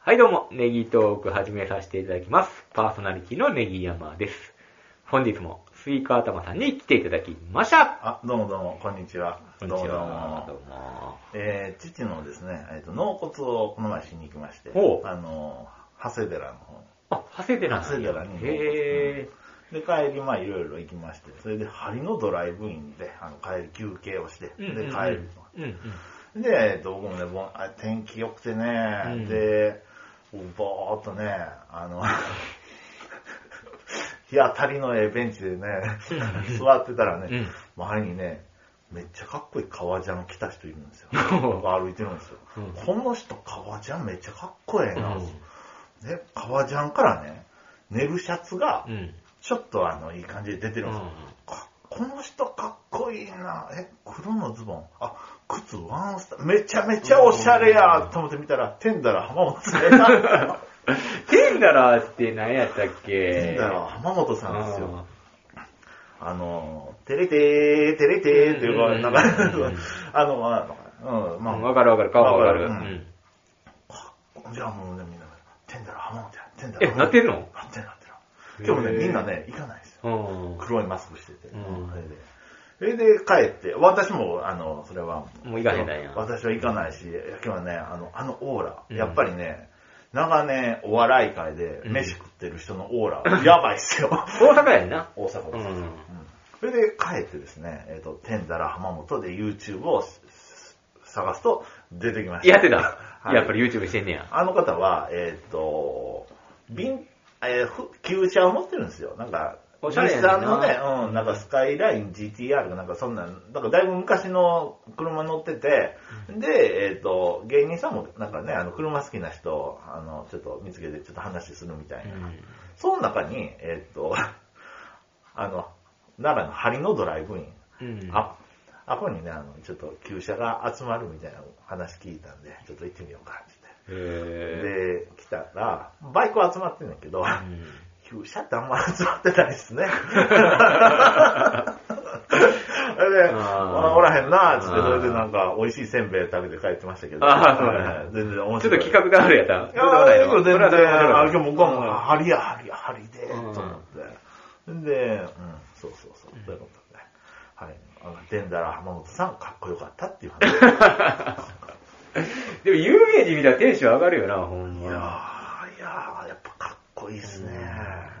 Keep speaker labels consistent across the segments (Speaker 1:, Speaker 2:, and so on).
Speaker 1: はいどうも、ネギトーク始めさせていただきます。パーソナリティのネギ山です。本日もスイカ頭さんに来ていただきました。
Speaker 2: あ、どうもどうも、こんにちは。
Speaker 1: こんにちは。
Speaker 2: どうもどうも。
Speaker 1: どうも。
Speaker 2: えー、父のですね、えっ、と、納骨をこの前しに行きまして、
Speaker 1: ほう
Speaker 2: あの、長谷寺の方
Speaker 1: あ、長谷寺なんや
Speaker 2: 長谷寺に
Speaker 1: へ
Speaker 2: に。で、帰り、まあ、いろいろ行きまして、それで、針のドライブインで、あの、帰り、休憩をして、
Speaker 1: ぇー。
Speaker 2: で、帰ると。
Speaker 1: うんうん。
Speaker 2: で、えっ、と、僕もね、ぼんあ天気良くてね、
Speaker 1: うん
Speaker 2: で、僕ぼーっとね、あの、 日当たりのええベンチでね、座ってたらね、
Speaker 1: うん
Speaker 2: 周りにね、めっちゃかっこいい革ジャン着た人いるんですよ。
Speaker 1: おう
Speaker 2: 歩いてるんですよ。
Speaker 1: うん
Speaker 2: この人革ジャンめっちゃかっこええな。
Speaker 1: うん
Speaker 2: で、革ジャンからね、寝るシャツが
Speaker 1: う、ん。
Speaker 2: ちょっとあの、いい感じで出てるんですよ。
Speaker 1: うん
Speaker 2: かこの人かっこいいな。え、黒のズボン。あ、靴ワンスタめちゃめちゃおしゃれやと思って見たら、テンダラー浜本 さんや。
Speaker 1: テンダラーって何やったっけ
Speaker 2: テンダラー浜本さんです
Speaker 1: うん
Speaker 2: よ。あの、テレテー、テレテーっていう
Speaker 1: う
Speaker 2: か、
Speaker 1: ん
Speaker 2: なんか
Speaker 1: うん、
Speaker 2: あの、まあうん、ま
Speaker 1: うん
Speaker 2: あ、
Speaker 1: わかるわかる、顔わかる。う
Speaker 2: わかるうん
Speaker 1: ん。
Speaker 2: じゃあもうね、みんな、テンダラー浜本や、テンダラ
Speaker 1: え、
Speaker 2: ー。
Speaker 1: なってるの
Speaker 2: なってるなってる。今日も
Speaker 1: へ
Speaker 2: ね、
Speaker 1: ー
Speaker 2: みんなね、行かないんですよ。
Speaker 1: うん。
Speaker 2: 黒いマスクしてて。
Speaker 1: うん
Speaker 2: それで、それで帰って、私も、あの、それは、
Speaker 1: もう行かへんだんや
Speaker 2: 私は行かないし、今日はね、あの、あのオーラ、
Speaker 1: うん
Speaker 2: やっぱりね、長年お笑い界で
Speaker 1: うん
Speaker 2: 飯食ってる人のオーラ、やばいっすよ。
Speaker 1: 大阪やんな。
Speaker 2: 大阪
Speaker 1: う
Speaker 2: です。うん
Speaker 1: ん。
Speaker 2: それで帰ってですね、えっ、と、天ざら浜本で YouTube をし探すと出てきました。
Speaker 1: やってた。
Speaker 2: はい
Speaker 1: やっぱり YouTube してんねや。
Speaker 2: あの方は、えっ、と、瓶、えーふ旧車を持ってるんですよ。なんか、
Speaker 1: おしゃれ
Speaker 2: 日
Speaker 1: やねんな
Speaker 2: 産のね、うん、なんかスカイライン GTR がなんかそんなん、なんかだいぶ昔の車乗ってて、で、えっ、と、芸人さんもなんかね、あの、車好きな人を、あの、ちょっと見つけてちょっと話するみたいな。その中に、えっ、と、 あの、奈良の針のドライブイン。
Speaker 1: うん。うん、
Speaker 2: あ、あこにね、あの、ちょっと旧車が集まるみたいな話聞いたんで、ちょっと行ってみようか、って。
Speaker 1: へ
Speaker 2: で、来たら、バイクは集まってんだけど、
Speaker 1: ぇー。うん
Speaker 2: 旧車ってあんま集まってないですね。それで、
Speaker 1: あー
Speaker 2: あおらへんなーっつって、
Speaker 1: あー
Speaker 2: それでなんか、美味しいせんべい食べて帰ってましたけど、
Speaker 1: あーそうなんや
Speaker 2: はい全然面
Speaker 1: ちょっ
Speaker 2: 白
Speaker 1: と
Speaker 2: い。
Speaker 1: 企画があるやった。
Speaker 2: いやー、全然、あ、今日僕はもう、
Speaker 1: も
Speaker 2: 針や、針や、針で、と
Speaker 1: うん
Speaker 2: 思って。んで、うん、そうそうそう、そういうことで。はい。あの、デンダラ浜本さん、かっこよかったっていう話。い
Speaker 1: でも有名人見たらテンション上がるよな、ほんま。
Speaker 2: やー、いやー、やっぱかっこいいっすね。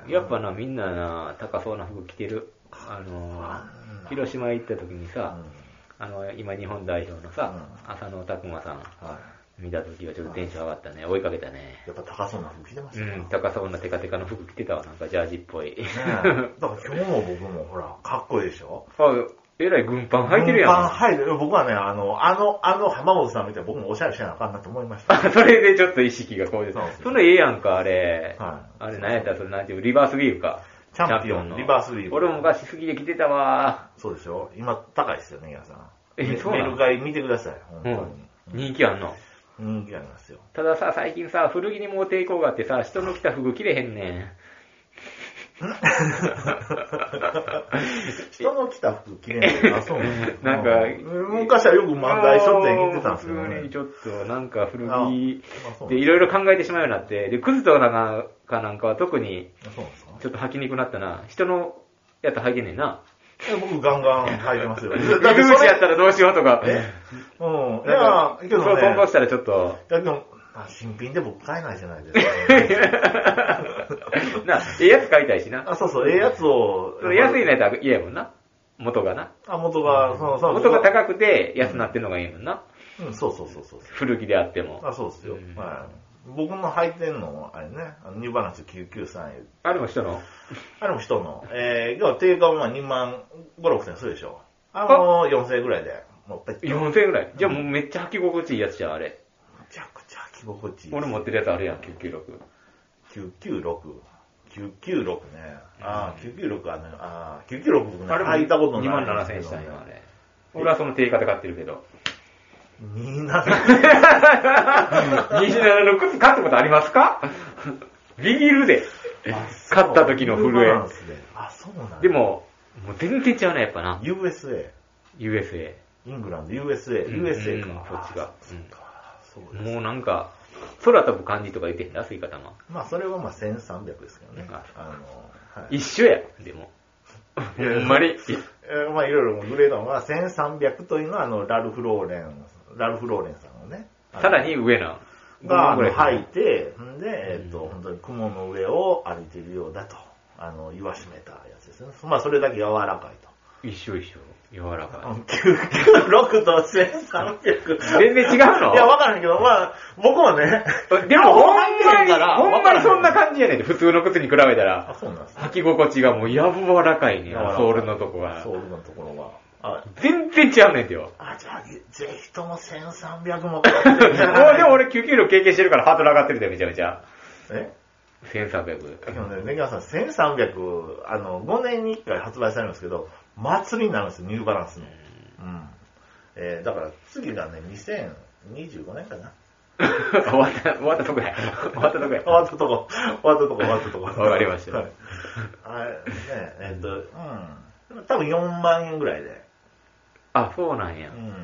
Speaker 1: やっぱな、みんなな、高そうな服着てる。あ
Speaker 2: あん
Speaker 1: の、
Speaker 2: な
Speaker 1: 広島行った時に
Speaker 2: う
Speaker 1: さ、
Speaker 2: ん
Speaker 1: あの、今日本代表のさ、浅野拓磨さん
Speaker 2: は
Speaker 1: 見た時はちょっとテンション上がったね。追いかけたね
Speaker 2: い。。やっぱ高そうな服着てまし
Speaker 1: う
Speaker 2: たね
Speaker 1: ん、高そうなテカテカの服着てたわ、なんかジャージっぽい。
Speaker 2: ねえだから今日も僕もほら、かっこいいでしょ
Speaker 1: あ、えらい軍パン履いてるやん。
Speaker 2: 軍パン履いてる。僕はね、あの、あの、あの浜本さんみたいに僕もおしゃれしなあかんなと思いました。
Speaker 1: あ それでちょっと意識がこうです
Speaker 2: そうです。
Speaker 1: そのええやんか、あれ。
Speaker 2: はい
Speaker 1: あれ、なんやったら、それなんていう、リバースウィーブか。
Speaker 2: チャンピオンリバースウィーブ
Speaker 1: 俺も昔好きで着てたわ。
Speaker 2: そうでしょ今高いですよね、皆さん。
Speaker 1: え
Speaker 2: メ
Speaker 1: そうなの
Speaker 2: メルカリ見てください、本当
Speaker 1: う
Speaker 2: に。
Speaker 1: ん。人気あんの。
Speaker 2: 人気ありますよ。
Speaker 1: たださ、最近さ、古着にもう抵抗があってさ、人の着た服着れへんね
Speaker 2: 人の着た服着れないな、そう
Speaker 1: なんか
Speaker 2: うん昔はよく漫才書店行ってたんですけど
Speaker 1: もう普通に
Speaker 2: ね
Speaker 1: ち。ょっと、なんか古
Speaker 2: あ
Speaker 1: 着
Speaker 2: あそうなんだ
Speaker 1: でいろいろ考えてしまうようになって、で、クズとかかなんかは特に、
Speaker 2: そうなんですか
Speaker 1: ちょっと履きにくくなったな。人のやつ履いてんねんな。
Speaker 2: え僕ガンガン履いてます よ。
Speaker 1: 入
Speaker 2: だってそ
Speaker 1: り口
Speaker 2: れ
Speaker 1: やったらどうしようとか。
Speaker 2: うん。い
Speaker 1: なん
Speaker 2: や
Speaker 1: か、
Speaker 2: けど
Speaker 1: そう、今後
Speaker 2: ね
Speaker 1: し。たらちょっと、
Speaker 2: だけど、あ新品で僕買えないじゃないですか。
Speaker 1: な、ええやつ買いたいしな。
Speaker 2: あ、そうそう、ええやつを。
Speaker 1: その安いのやつは嫌やもんな。元がな。
Speaker 2: あ、元が、その、その
Speaker 1: 元が高くて安なってんのがいいもんな。
Speaker 2: うん、そうそうそうそう。
Speaker 1: 古着であっても。
Speaker 2: あ、そうですよ。
Speaker 1: うん
Speaker 2: はい。僕の履いてんの、あれね、あのニューバランス993。
Speaker 1: あれも人の。
Speaker 2: あれも人の。えー、今日定価はまあ2万5、6千するでしょ。あの、4000円ぐらいで、もうペッて。め
Speaker 1: 4000円ぐらい。じゃあもうめっちゃ履き心地いいやつじゃん、あれ。
Speaker 2: ちゃくちゃ履き心地いい。
Speaker 1: 俺持ってるやつあるやん、996。
Speaker 2: 996。996ね。あー、996あの、あー、996僕ね、履いたことない。
Speaker 1: 2万7000円したんよ、あ。れ。俺はその定価で買ってるけど。
Speaker 2: 27。
Speaker 1: 27の靴買ったことありますか ビビるで。 買った時の震
Speaker 2: ニューバラン
Speaker 1: え。
Speaker 2: スであ、そうなんだ
Speaker 1: でも、もう全然違うな、やっぱな。
Speaker 2: USA。
Speaker 1: USA。
Speaker 2: イングランド、USA、USA
Speaker 1: うん
Speaker 2: か。
Speaker 1: こっちが
Speaker 2: あそうかそうです。
Speaker 1: もうなんか、空飛ぶ感じとか言ってんだ、スイカ玉。
Speaker 2: まあ、それはまあ1300ですけどね。
Speaker 1: あ
Speaker 2: あの、はい。
Speaker 1: 一緒や、でも。ほ
Speaker 2: いや
Speaker 1: んまに。
Speaker 2: えーまあ、いろいろグレードは1300というのは、あの、ラルフ・ローレン、ラルフ・ローレンさんのね。
Speaker 1: さらに上な。
Speaker 2: が、あ
Speaker 1: 五万ぐら
Speaker 2: の、
Speaker 1: い
Speaker 2: 吐いて、んで、えっと、
Speaker 1: うん
Speaker 2: 本当に雲の上を歩いているようだと、あの、言わしめたやつですね。まあ、それだけ柔らかいと。
Speaker 1: 一緒一緒。柔らか
Speaker 2: 996と1300。
Speaker 1: い。全然違うの
Speaker 2: いや、わからんけど、まあ、僕もね。
Speaker 1: でも、ほんまに、
Speaker 2: わから
Speaker 1: ほんまにそんな
Speaker 2: 感
Speaker 1: 感じやねん。普通の靴に比べた
Speaker 2: じ。あ、
Speaker 1: ら、
Speaker 2: そうなんですね。
Speaker 1: 履き心地がもうやわらかいねん
Speaker 2: 柔らかい
Speaker 1: ソールのとこが
Speaker 2: ソ。ウルのところは。あ、
Speaker 1: 全然違うねんて よ。
Speaker 2: あじゃあ、ぜひとも1300も。
Speaker 1: もうでも俺9 9経験してるからハードル上がってるで、めちゃめちゃ。
Speaker 2: えでも
Speaker 1: 1300。
Speaker 2: ね、ネギワさん、1300、あの、5年に1回発売されるんですけど、祭りになるんですよ、ニューバランスの。うん。えーだから次がね、2025年かな。
Speaker 1: 終わった、終わったとこや。終わったとこや。
Speaker 2: 終わったとこ、終わったとこ、終わったとこ。
Speaker 1: わかりました
Speaker 2: はい。あれ、ね、えっと、うん。多分4万円ぐらいで。
Speaker 1: あ、そうなんや
Speaker 2: う。ん。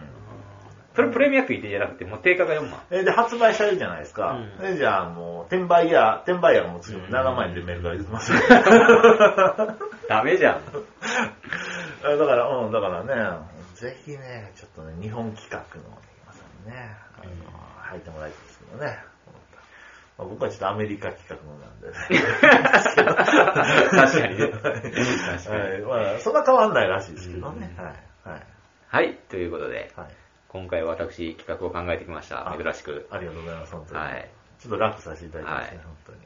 Speaker 1: それプレミアついてじゃなくて、もう定価が4万。
Speaker 2: えーで、発売されるじゃないですか。
Speaker 1: うん
Speaker 2: で、じゃあもう、転売屋、転売屋がもう次7万円でメルカリ出てます。
Speaker 1: ダメじゃん。
Speaker 2: あだから、うん、だからね、ぜひね、ちょっとね、日本企画の、皆さんにね、あの、入ってもらいたいですけどね。まあ、僕はちょっとアメリカ企画のなんでね。
Speaker 1: 確かにね。確か
Speaker 2: は
Speaker 1: に。
Speaker 2: い。まあ、そんな変わんないらしいですけどね。はい。はい。
Speaker 1: はい、ということで、
Speaker 2: はい。
Speaker 1: 今回私企画を考えてきました。
Speaker 2: あ
Speaker 1: 珍しく。
Speaker 2: ありがとうございます、本当に。
Speaker 1: はい。
Speaker 2: ちょっと楽させていただきますね、
Speaker 1: はい
Speaker 2: 本当に。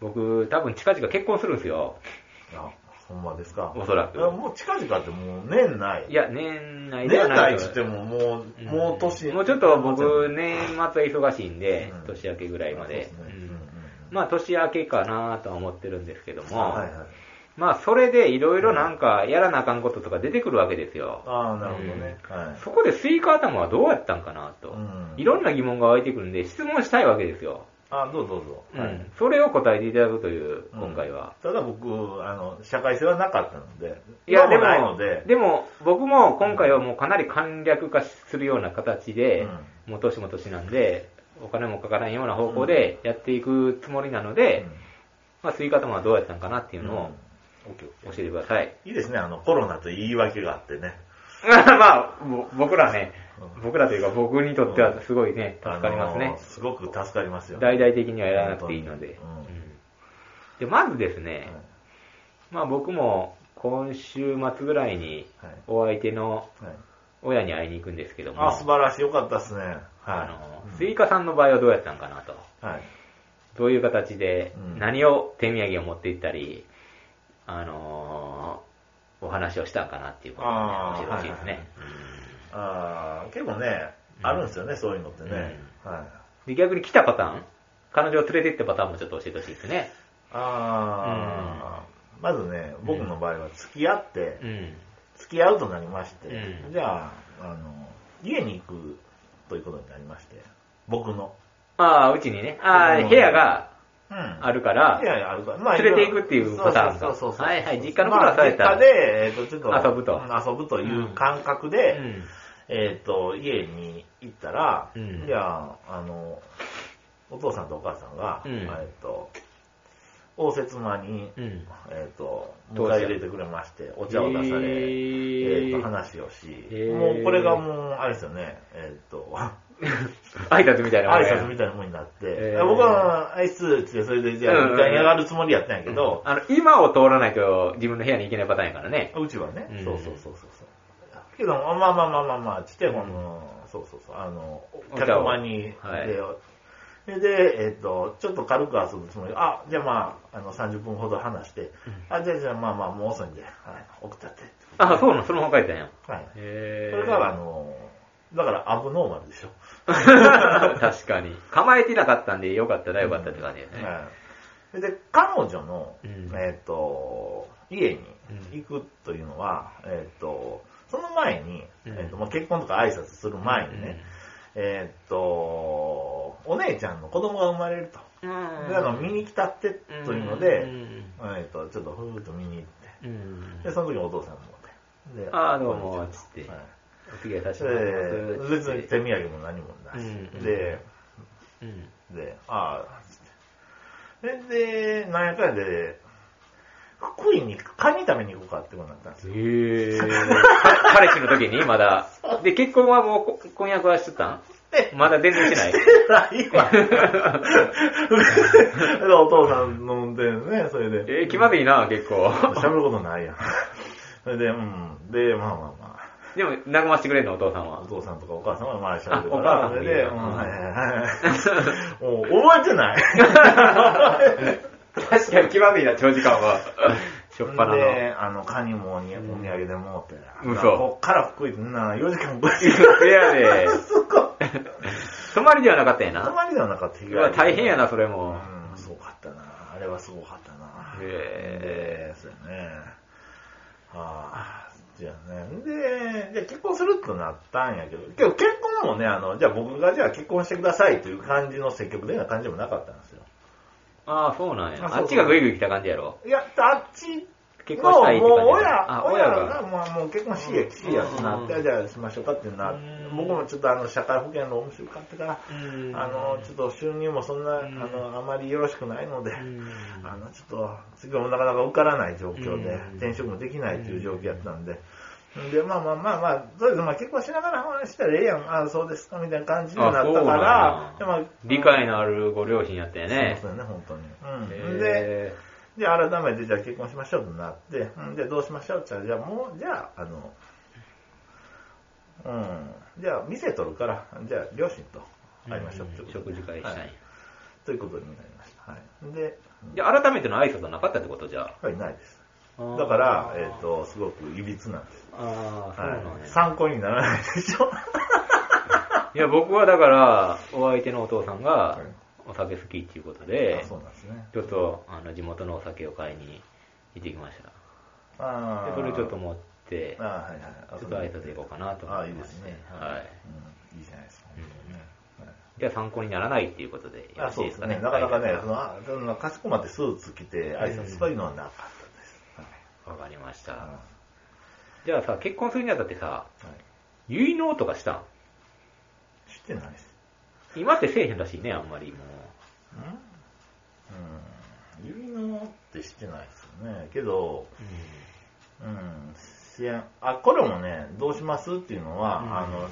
Speaker 1: 僕、多分近々結婚するんですよ。
Speaker 2: あ、ほんまですか。
Speaker 1: おそらく
Speaker 2: いやもう近々ってもう年内。
Speaker 1: いや、年内
Speaker 2: 年
Speaker 1: ではない
Speaker 2: 内
Speaker 1: と
Speaker 2: っつっても、もう、もう年。
Speaker 1: もうちょっと僕、年末は忙しいんで
Speaker 2: うん、
Speaker 1: 年明けぐらいまで。
Speaker 2: そうすね
Speaker 1: うん
Speaker 2: うんうんうん
Speaker 1: まあ、年明けかなとは思ってるんですけども、
Speaker 2: はいはい。
Speaker 1: まあ、それでいろいろなんかやらなあかんこととか出てくるわけですよ。
Speaker 2: ああ、なるほどね。はい。
Speaker 1: そこでスイカ頭はどうやったんかなと。
Speaker 2: うん
Speaker 1: いろんな疑問が湧いてくるんで、質問したいわけですよ。
Speaker 2: あ、どうぞどう
Speaker 1: う
Speaker 2: ぞ。はい
Speaker 1: ん。それを答えていただくという、今回は。。
Speaker 2: ただ僕、あの、社会性はなかったので、
Speaker 1: いや、
Speaker 2: 今
Speaker 1: で
Speaker 2: もない
Speaker 1: も
Speaker 2: ので、、
Speaker 1: でも、僕も今回はもうかなり簡略化するような形で、もう年も年なんで、お金もかからんような方向でやっていくつもりなので、まあ、スイカ玉はどうやったんかなって
Speaker 2: う
Speaker 1: い
Speaker 2: ん
Speaker 1: うのを
Speaker 2: うんオッケーオッケ
Speaker 1: 教
Speaker 2: ー
Speaker 1: えてください。
Speaker 2: いいですね、あの、コロナと言い訳があってね。
Speaker 1: まあ、ぼ僕らね
Speaker 2: う、ん
Speaker 1: 僕らというか僕にとってはすごいね、助かります
Speaker 2: あ
Speaker 1: ね
Speaker 2: の。すごく助かりますよ。
Speaker 1: 大々的にはやらなくていいので。
Speaker 2: 本当に
Speaker 1: うんで、まずですね、
Speaker 2: はい
Speaker 1: まあ僕も今週末ぐらいに
Speaker 2: はい
Speaker 1: お相手の
Speaker 2: はい
Speaker 1: 親に会いに行くんですけども、
Speaker 2: あ、素晴らしい。よかったですね。
Speaker 1: あ
Speaker 2: は
Speaker 1: の
Speaker 2: い。
Speaker 1: スイカさんの場合はどうやったんかなと。
Speaker 2: はい。
Speaker 1: どういう形で
Speaker 2: うん
Speaker 1: 何を手土産を持って行ったり、あのーお話をしたんかなっていうことを
Speaker 2: あ
Speaker 1: ね
Speaker 2: ー
Speaker 1: 教えてほしいです
Speaker 2: はい
Speaker 1: ね。
Speaker 2: あー結構ね、あるんですよね、そういうのってね。は
Speaker 1: で
Speaker 2: い。
Speaker 1: 逆に来たパターン彼女を連れてったパターンもちょっと教えてほしいですね。
Speaker 2: あーまずね、僕の場合は付き合って、
Speaker 1: うん。
Speaker 2: 付き合うとなりまして、
Speaker 1: うん
Speaker 2: じゃああの、家に行くということになりまして、僕の。
Speaker 1: ああ、うちにね。ああ、部屋が
Speaker 2: うん。
Speaker 1: あ
Speaker 2: あ
Speaker 1: るから
Speaker 2: い、やいや、あるから。ま
Speaker 1: 連れて行くっていうパターン
Speaker 2: そ
Speaker 1: か
Speaker 2: うそうそうそう。
Speaker 1: はいはい実家の頃はそうやった
Speaker 2: まあ実家で、えっ、と、ちょっと。
Speaker 1: 遊ぶと
Speaker 2: うん遊ぶという感覚で、
Speaker 1: うん
Speaker 2: えっ、と、家に行ったら、
Speaker 1: うん
Speaker 2: じゃあ、あの、お父さんとお母さんが、
Speaker 1: うん
Speaker 2: えっ、と、応接間に、
Speaker 1: うん。
Speaker 2: えっ、と、
Speaker 1: ど
Speaker 2: 迎
Speaker 1: うした
Speaker 2: え入れてくれまして、お茶を出され、
Speaker 1: へー
Speaker 2: えっ、と、話をし、
Speaker 1: へー
Speaker 2: もうこれがもう、あれですよね、えっ、と、
Speaker 1: 挨拶みたいなもん
Speaker 2: 挨
Speaker 1: や
Speaker 2: 拶みたいなもんになって、
Speaker 1: へー
Speaker 2: 僕は、あいつ、つって、それで、じゃ
Speaker 1: うん
Speaker 2: あ、
Speaker 1: うん
Speaker 2: 2階に上がるつもりやったんやけど、
Speaker 1: あの、今を通らないと自分の部屋に行けないパターンやからね。
Speaker 2: うちはね、
Speaker 1: うん
Speaker 2: そうそうそうそうそう。けど、まあまあまあまあまあ、まあ、ちって、この、そうそうそう、あの、
Speaker 1: お茶
Speaker 2: 客
Speaker 1: を
Speaker 2: 間に、
Speaker 1: はい
Speaker 2: でで、でえっ、と、ちょっと軽く遊ぶつもり、あ、じゃあまあ、あの、30分ほど話して、あ、じゃあじゃあまあまあ、もう遅いんで、はい、送ったって。
Speaker 1: あ、そうなの、そのまま帰ったんや。
Speaker 2: はい。そ
Speaker 1: へー
Speaker 2: れから、あの、だから、アブノーマルでしょ。
Speaker 1: 確かに。構えてなかったんで、よかったらよかったって感じですね。
Speaker 2: はいで、彼女の、
Speaker 1: うん
Speaker 2: えっ、と、家に行くというのは、えっ、と、その前に、
Speaker 1: うん
Speaker 2: えーとまあ、結婚とか挨拶する前にね、えっ、と、お姉ちゃんの子供が生まれると。
Speaker 1: うん。
Speaker 2: であの見に来たってというので、
Speaker 1: うん
Speaker 2: えっ、と、ちょっとふーっと見に行っ
Speaker 1: う
Speaker 2: て、
Speaker 1: ん
Speaker 2: で、その時お父さんもねで、
Speaker 1: あーどうもつって
Speaker 2: はい
Speaker 1: お次は確かに。
Speaker 2: で別に手土産も何もなし、
Speaker 1: うん
Speaker 2: で、
Speaker 1: うん。
Speaker 2: で、ああ、つって。で、でなんやかんやで、福井にカニ食べに行こうかってことになったんですよ。
Speaker 1: へえ。彼氏の時にまだ。で、結婚はもうこ婚約はしとったん
Speaker 2: え
Speaker 1: まだ全然しない。
Speaker 2: ないわ。お父さん飲んでね、それで。
Speaker 1: えー、気まずいな、結構。
Speaker 2: 喋ることないやん。それで、うん。で、まあまあまあ。
Speaker 1: でも、和ましてくれんの、お父さん
Speaker 2: お
Speaker 1: は。
Speaker 2: 父さんとかお母さんはまあ喋るか
Speaker 1: あお母さ
Speaker 2: ら、
Speaker 1: ん
Speaker 2: そ
Speaker 1: もい
Speaker 2: れ
Speaker 1: い
Speaker 2: で、
Speaker 1: な
Speaker 2: うん、
Speaker 1: う
Speaker 2: は
Speaker 1: ん
Speaker 2: いはいはい。 もう覚えてない。
Speaker 1: 確かに気まずいな、長時間は。 しょっぱなの。え
Speaker 2: で、あの、カニもおにお土産でもうて。
Speaker 1: 嘘
Speaker 2: こっから福井ってな、4時間5時 間。
Speaker 1: やで、
Speaker 2: そこ。
Speaker 1: 泊まりではなかったんや
Speaker 2: あん
Speaker 1: な。
Speaker 2: まりではなかった。
Speaker 1: うわ大変やな、それ
Speaker 2: う
Speaker 1: も。
Speaker 2: ん、すごかったな。あれはすごかったな。
Speaker 1: へ
Speaker 2: え。そうやね。ああ、じゃあね。で、で結婚するとなったんやけど、けど結婚もね、あの、じゃあ僕がじゃあ結婚してくださいという感じの積極的な感じでもなかったんですよ。
Speaker 1: ああ、そうなんや。
Speaker 2: あそうそう
Speaker 1: あっちがグイグイ来た感じやろ。
Speaker 2: いや、あっち
Speaker 1: 結婚したいって
Speaker 2: もう
Speaker 1: 感
Speaker 2: もう
Speaker 1: じやろ。
Speaker 2: 親
Speaker 1: あ、
Speaker 2: 親
Speaker 1: 親
Speaker 2: が
Speaker 1: が。
Speaker 2: まあ、もう結婚しやしやしなって、
Speaker 1: うん
Speaker 2: じゃあしましょうかってなって
Speaker 1: うん
Speaker 2: 僕もちょっとあの社会保険の面白かってから、
Speaker 1: うん
Speaker 2: あのちょっと収入もそんな、
Speaker 1: うん
Speaker 2: あのあまりよろしくないので、
Speaker 1: うん
Speaker 2: あのちょっと次もなかなか受からない状況で、
Speaker 1: うん
Speaker 2: 転職もできないという状況やったんで。で、まあまあまあまあ、とりあえずまあ結婚しながら話したらええやん、ああ、そうですか、みたいな感じになった
Speaker 1: あそう
Speaker 2: か
Speaker 1: なん
Speaker 2: ら
Speaker 1: や、
Speaker 2: でまあ
Speaker 1: 理解のあるご両親やったよね
Speaker 2: そ。うですね、本当に。うん、で、
Speaker 1: へ
Speaker 2: で、改めて、じゃあ結婚しましょうとなって、うん、で、どうしましょうって言ったら、じゃあもう、じゃあ、あの、うん、じゃあ、店取るから、じゃあ、両親と
Speaker 1: ー
Speaker 2: 会いましょうってことで、
Speaker 1: 食事会したん
Speaker 2: は
Speaker 1: や
Speaker 2: い。ということになりました。はい。で、うん
Speaker 1: じゃあ改めての挨拶はなかったってことじゃあ。
Speaker 2: やっぱりないです。
Speaker 1: あー
Speaker 2: だから、えっ、。と、すごくいびつなんです。
Speaker 1: ああ、そうなん
Speaker 2: はい。
Speaker 1: や。
Speaker 2: 参考にならないでしょ。
Speaker 1: いや、僕はだから、お相手のお父さんが
Speaker 2: はい、
Speaker 1: お酒好きっていうことで
Speaker 2: あ、 そうなんですね。
Speaker 1: ちょっと、あの、地元のお酒を買いに行ってきました。
Speaker 2: あ
Speaker 1: で、
Speaker 2: あ。
Speaker 1: それちょっと持って
Speaker 2: あ、あ、はいはい。あ
Speaker 1: ちょっと挨拶行こうかなと思
Speaker 2: ああ、
Speaker 1: っ
Speaker 2: い
Speaker 1: て
Speaker 2: いで
Speaker 1: ますす
Speaker 2: ね
Speaker 1: ね。。はい。
Speaker 2: うん、いいじゃないですか。本当にねはい
Speaker 1: じゃあ参考にならないっていうことでよろ
Speaker 2: あ
Speaker 1: しい
Speaker 2: そう
Speaker 1: で
Speaker 2: ですす
Speaker 1: か
Speaker 2: ね
Speaker 1: ね。。
Speaker 2: なかなかね
Speaker 1: はい、
Speaker 2: そのあその、かしこまってスーツ着て挨拶そういうのはなかったです。はい
Speaker 1: わかりまし
Speaker 2: は
Speaker 1: た。じゃあさ、結婚するにあたってさ、
Speaker 2: い
Speaker 1: 結納とかしたん
Speaker 2: 知ってないです。
Speaker 1: 今ってせえへんらしいね、あんまりも
Speaker 2: うん結納って知ってないですよね。けど、
Speaker 1: う。
Speaker 2: うん、知らんあ、これもね、どうしますっていうのは、
Speaker 1: うん
Speaker 2: あの、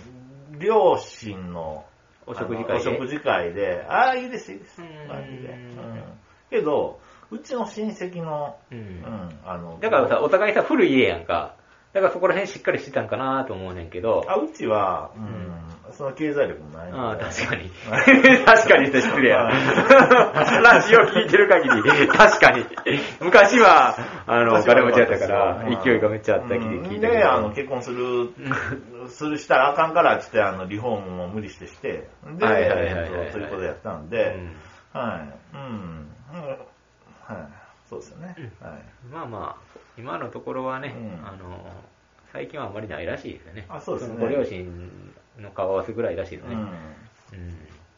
Speaker 2: 両親の
Speaker 1: お食事会で
Speaker 2: あのお食事会で、ああ、いいです、いいです。
Speaker 1: うん
Speaker 2: 感じで。うんけど、うちの親戚の、
Speaker 1: うん。う。
Speaker 2: うんん、あの、
Speaker 1: だからさ、お互いさ、古い家やんか。だからそこら辺しっかりしてたんかなと思うねんけど。
Speaker 2: あ、うちは、うん、その経済力もない
Speaker 1: あ
Speaker 2: の
Speaker 1: あ、
Speaker 2: で。
Speaker 1: 確か に。
Speaker 2: は
Speaker 1: 確かにって失礼 や。話を聞いてる限り、確かに。昔は、あの、お金持ちやったから、勢いがめっちゃあったき
Speaker 2: うん
Speaker 1: 聞いたけ
Speaker 2: で、あの、
Speaker 1: ど。
Speaker 2: 結婚す る、するしたらあかんから、つって、あの、リフォームも無理してして、で、
Speaker 1: はいはいはいはいはい
Speaker 2: えっとそういうことやったん
Speaker 1: う
Speaker 2: で、
Speaker 1: ん
Speaker 2: はい、うん、うんはい、そうですよね。はい。
Speaker 1: まあまあ、今のところはね
Speaker 2: う、ん
Speaker 1: あの、最近はあんまりないらしいですよね。
Speaker 2: あそうですね
Speaker 1: のご両親の顔合わせぐらいらしいです
Speaker 2: う
Speaker 1: ね。
Speaker 2: ん
Speaker 1: うん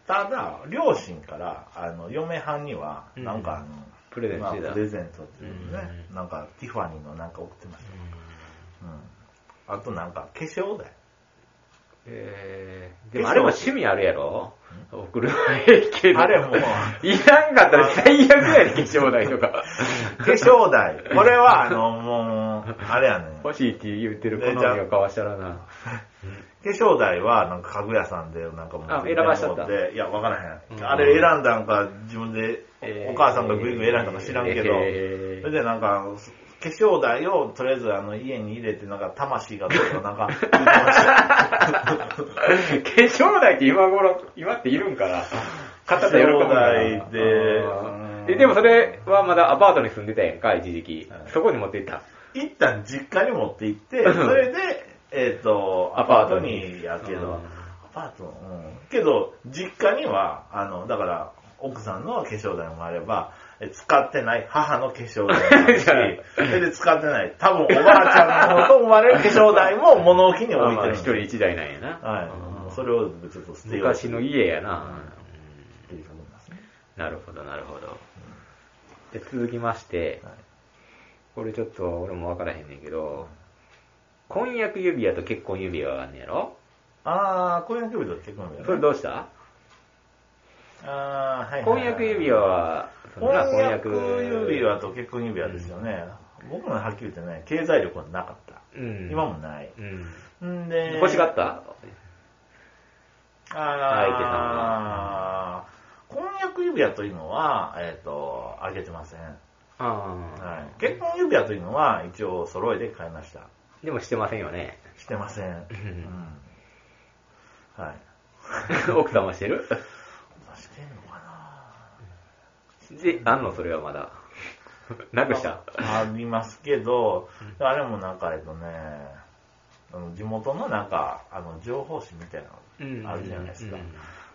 Speaker 2: ただ、両親から、あの、嫁はんには、
Speaker 1: うん
Speaker 2: なんか、あの、
Speaker 1: プレゼント
Speaker 2: まあ
Speaker 1: してた。
Speaker 2: プレゼントっていうのね、
Speaker 1: う
Speaker 2: なんか、ティファニーのなんか送ってました。うん。あと、なんか、化粧台。
Speaker 1: えーでもあれも趣味あるやろ送るけど。
Speaker 2: あれ もう
Speaker 1: いらんかったら最悪やで、化粧代とか。
Speaker 2: 化粧台。これは、あの、もう、あれやね。
Speaker 1: 欲しいって言ってる好
Speaker 2: ね
Speaker 1: みを交わしたらな。
Speaker 2: 化粧台は、なんか家具屋さんで、なんかもう、
Speaker 1: あ選ばしちゃった
Speaker 2: でいや、わからへん。
Speaker 1: うん
Speaker 2: あれ選んだんか、自分で
Speaker 1: え、ー
Speaker 2: お母さんがグイグイ選んだんか知らんけど、
Speaker 1: えー
Speaker 2: それでなんか、化粧台をとりあえずあの家に入れて、なんか魂がどうとか、なんか、言ってました
Speaker 1: 化粧台って今頃、今っているんかな買った ら喜ぶんかな
Speaker 2: 化粧台で
Speaker 1: あー
Speaker 2: うん
Speaker 1: えでもそれはまだアパートに住んでたやんか、一時期
Speaker 2: は。い
Speaker 1: そこに持って行った。
Speaker 2: 一旦実家に持って 行って、それで、えっ、と、ア
Speaker 1: ア
Speaker 2: パ
Speaker 1: パ
Speaker 2: ー
Speaker 1: ー
Speaker 2: ト
Speaker 1: ト
Speaker 2: に
Speaker 1: に
Speaker 2: やけ
Speaker 1: うん
Speaker 2: ど、アパート、うん。けど、実家には、あの、だから、奥さんの化粧台もあれば、え使ってない母の化粧台も あるし、それで使ってない、多分おばあちゃんの方と思われる化粧台も物置に置いて
Speaker 1: まあ
Speaker 2: る。
Speaker 1: 一人一台なんやな。
Speaker 2: は
Speaker 1: あ
Speaker 2: い。
Speaker 1: ー
Speaker 2: それをちょっと捨てよう
Speaker 1: 昔の家やな。
Speaker 2: っていうことなんですね。
Speaker 1: なるほど、なるほど。で、続きまして、
Speaker 2: はい
Speaker 1: これちょっと俺もわからへんねんけど、婚約指輪と結婚指輪があんねやろ
Speaker 2: あー、婚約指輪結婚指輪、ね。
Speaker 1: それどうした
Speaker 2: あーはいはいはい
Speaker 1: 婚約指輪は、そのな
Speaker 2: 婚約指輪と結婚指輪ですよね。僕もはっきり言ってね、経済力はなかった。
Speaker 1: うん。
Speaker 2: 今もない。
Speaker 1: うん。
Speaker 2: んで、
Speaker 1: 欲しかった。
Speaker 2: あー婚約指輪というのは、えっ、と、あげてません。
Speaker 1: ああ、
Speaker 2: はい。結婚指輪というのは、一応揃えて買いました。
Speaker 1: でもしてませんよね。
Speaker 2: してません。うん。はい。
Speaker 1: 奥さんはしてる
Speaker 2: してんのかな
Speaker 1: で、あんのそれはまだ。なくした。
Speaker 2: ありますけど、あれもなんか、えっとね、あの地元のなんか、あの、情報誌みたいなの
Speaker 1: うん
Speaker 2: あるじゃないですか
Speaker 1: うん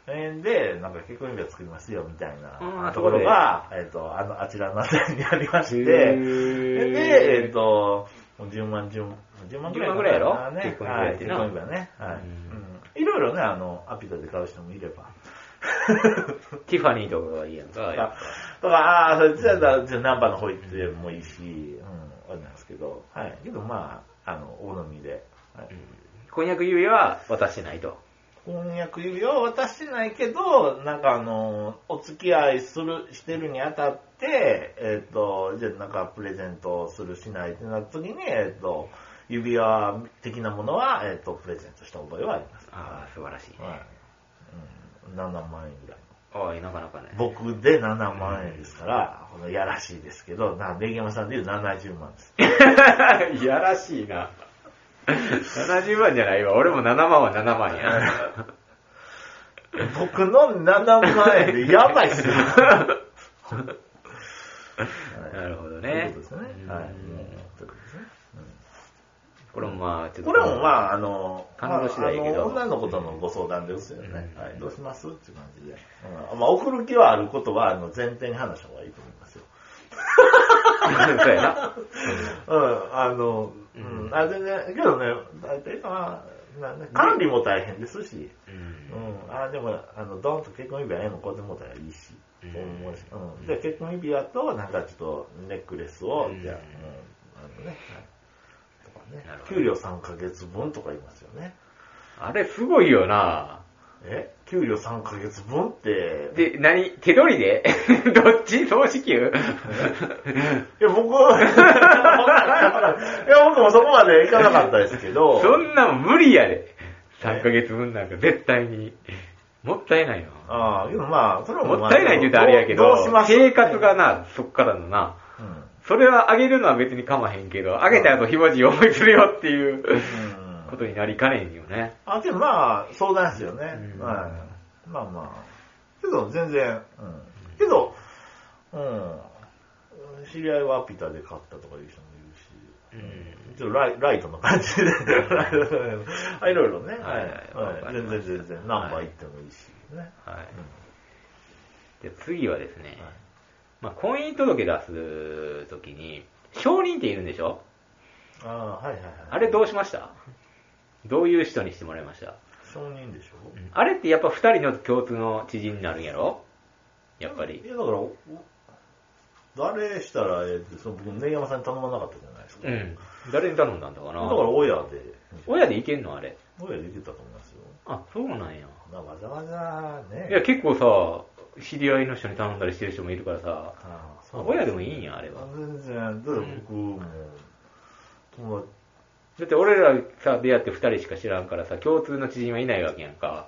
Speaker 2: えーで、なんか結婚指輪作りますよみたい
Speaker 1: うん
Speaker 2: な
Speaker 1: あ
Speaker 2: ところが、えっ、と、あの、あちらの辺りにありまし
Speaker 1: へ
Speaker 2: て、
Speaker 1: ー
Speaker 2: で、えっ、と、もう10万、10万、10万ぐらい
Speaker 1: 10万ぐらいやろ
Speaker 2: ね、
Speaker 1: 結婚指
Speaker 2: は
Speaker 1: 輪っ
Speaker 2: い、
Speaker 1: て
Speaker 2: 結
Speaker 1: な
Speaker 2: 婚指輪ね。はい。
Speaker 1: うん
Speaker 2: うんいろいろね、あの、アピタで買う人もいれば。
Speaker 1: ティファニーとかがいいやんか。やっぱ
Speaker 2: とか、ああー、それじゃあ、じゃあナンバーの方行ってもいいし、うん、あれなんですけど、はい。けど、まあ、あの、好みで。はい
Speaker 1: 婚約指輪は渡してないと。
Speaker 2: 婚約指輪は渡してないけど、なんかあの、お付き合いする、してるにあたって、えっ、と、じゃあなんかプレゼントするしないってなった時に、えっ、と、指輪的なものは、えっ、と、プレゼントした覚えはあります。
Speaker 1: ああ、素晴らしいね。
Speaker 2: はい。うん、7万円ぐらい。
Speaker 1: ああ、なかなかね。
Speaker 2: 僕で7万円ですから、このやらしいですけど、な、ネギ山さんで言う70万です。
Speaker 1: いやらしい な。70万じゃないわ。俺も7万は7万や。
Speaker 2: 僕の7万円でやばいっすよ。
Speaker 1: なるほど
Speaker 2: という
Speaker 1: ね。
Speaker 2: ことですね。
Speaker 1: うん
Speaker 2: はい。ということですね。うん
Speaker 1: これもまあ、ちょっと。
Speaker 2: これもまあ、あの、
Speaker 1: 感動次第やけど
Speaker 2: まああの女の子とのご相談ですよね。
Speaker 1: うん
Speaker 2: はい、どうしますっていう感じで。うんまあ、送る気はあることは、あの、前提に話した方がいいと思いますよ。
Speaker 1: そうやな。
Speaker 2: うん、あの、うん、あ、全然、けどね、大体まあ、なんね管理も大変ですし、
Speaker 1: うん
Speaker 2: うん、あ、でも、あの、ドンと結婚指輪ええのこうやってもうたらいいし、
Speaker 1: うん
Speaker 2: と思うしうん、じゃあ結婚指輪と、なんかちょっとネックレスを
Speaker 1: う、ん
Speaker 2: じゃあ、うん、あのね、はいとかね
Speaker 1: なるほど
Speaker 2: 給料3ヶ月分とか言いますよね。
Speaker 1: あれすごいよな。
Speaker 2: え給料3ヶ月分って。い
Speaker 1: で、何手取りで どっち総支 給
Speaker 2: や、僕、い や、僕もそこまでいかなかったですけど、
Speaker 1: そんなん無理やで。3ヶ月分なんか絶対に。もったいないよ。
Speaker 2: ああ、でもまあ、それはまあ
Speaker 1: もったいないって言うとあれやけ
Speaker 2: どう
Speaker 1: ど
Speaker 2: どうし、ます
Speaker 1: 生活がな、そっからのな。
Speaker 2: うん。うん
Speaker 1: それはあげるのは別にかまへんけど、あげた後ひもじい思いするよっていうことになりかねんよね。
Speaker 2: あ、けどまあ、相談ですよね。
Speaker 1: うん
Speaker 2: はい。まあまあ。けど、全然、うん。けど、うん。知り合いはアピタで買ったとかいう人もいるし。ちょっとライライトの感じで、 はい、いろいろね、は
Speaker 1: はいい
Speaker 2: はい
Speaker 1: わかり
Speaker 2: 全
Speaker 1: ました
Speaker 2: 然全然、ナンバー行ってもいいし、ね。
Speaker 1: はい。
Speaker 2: う
Speaker 1: じゃあ次はですね
Speaker 2: ん、はい
Speaker 1: まあ、婚姻届出すときに、証人っているんでしょ
Speaker 2: ああ、はいはいはい。
Speaker 1: あれどうしましたどういう人にしてもらいました
Speaker 2: 承認でしょ
Speaker 1: あれってやっぱ二人の共通の知人になるんやろやっぱ
Speaker 2: い
Speaker 1: り。
Speaker 2: や、だから、お誰したらええって、その僕、根山さんに頼まなかったじゃないですか。
Speaker 1: う
Speaker 2: だ
Speaker 1: ん。誰に頼んだんだかな
Speaker 2: から、親で、
Speaker 1: 親でいけんのあれ。
Speaker 2: 親で行けたと思いますよ。
Speaker 1: あ、そうなんや。
Speaker 2: まあ、わざわざね。
Speaker 1: いや、結構さ、知り合いの人に頼んだりしてる人もいるからさ、
Speaker 2: ああそうなん
Speaker 1: 親
Speaker 2: で
Speaker 1: ですもいいんや、あれは。
Speaker 2: 全然、だって僕も、友達、
Speaker 1: だって俺らさ、出会って二人しか知らんからさ、共通の知人はいないわけやんか。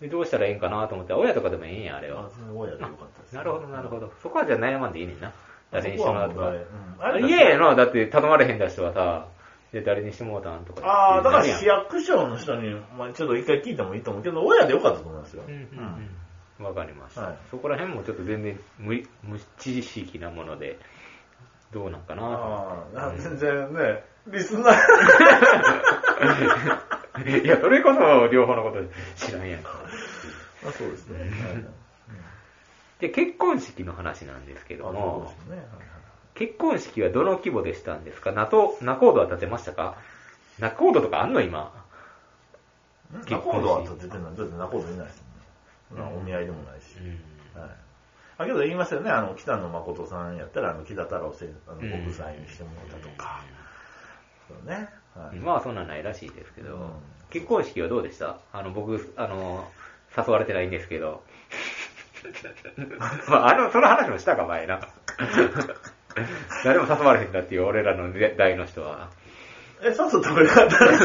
Speaker 1: で、どうしたらええんかなと思ったら、親とかでもええんや、あれ
Speaker 2: あ
Speaker 1: は。
Speaker 2: 全然親でよかったですね、
Speaker 1: なるほど、なるほど。そこはじゃあ悩まんでいいねんな。誰にしてもらうとか。
Speaker 2: あ
Speaker 1: いやいやな、だって頼まれへんだ人はさ、で誰にしてもらうたんとか。
Speaker 2: ああ、だから
Speaker 1: 言う
Speaker 2: 市
Speaker 1: やん
Speaker 2: 役所の人に、まあ、ちょっと一回聞いてもいいと思うけど、親でよかったと思いますよ。
Speaker 1: うんうんうん。わかりました、
Speaker 2: はい
Speaker 1: そこら辺もちょっと全然無理無知識なもので、どうなんかなと思
Speaker 2: ああ、な全然ね、リスナー、
Speaker 1: って。いや、それこそ両方のこと知らんやんか。
Speaker 2: あそうですね。はい
Speaker 1: で、結婚式の話なんですけど
Speaker 2: そう
Speaker 1: も
Speaker 2: で、すね。はい
Speaker 1: 結婚式はどの規模でしたんですかナコードは立てましたかナコードとかあんの今。
Speaker 2: はい
Speaker 1: 結
Speaker 2: ナ
Speaker 1: 婚式
Speaker 2: コードは立ててない。だってナコードいないですもんね。まあお見合いでもないし。はい。あけど言いますよね、あの、北野誠さんやったら、あの、木田太郎先あの
Speaker 1: うん
Speaker 2: ご夫妻にしてもらったとか。そうね。はい。
Speaker 1: まあそんなんないらしいですけど、
Speaker 2: うん
Speaker 1: 結婚式はどうでしたあの僕、あの、誘われてないんですけど、 まあ、あの、その話もしたか、前な。誰も誘われへんだっていう、俺らの年代の人は。
Speaker 2: え、そうそう、食べ方です
Speaker 1: そら、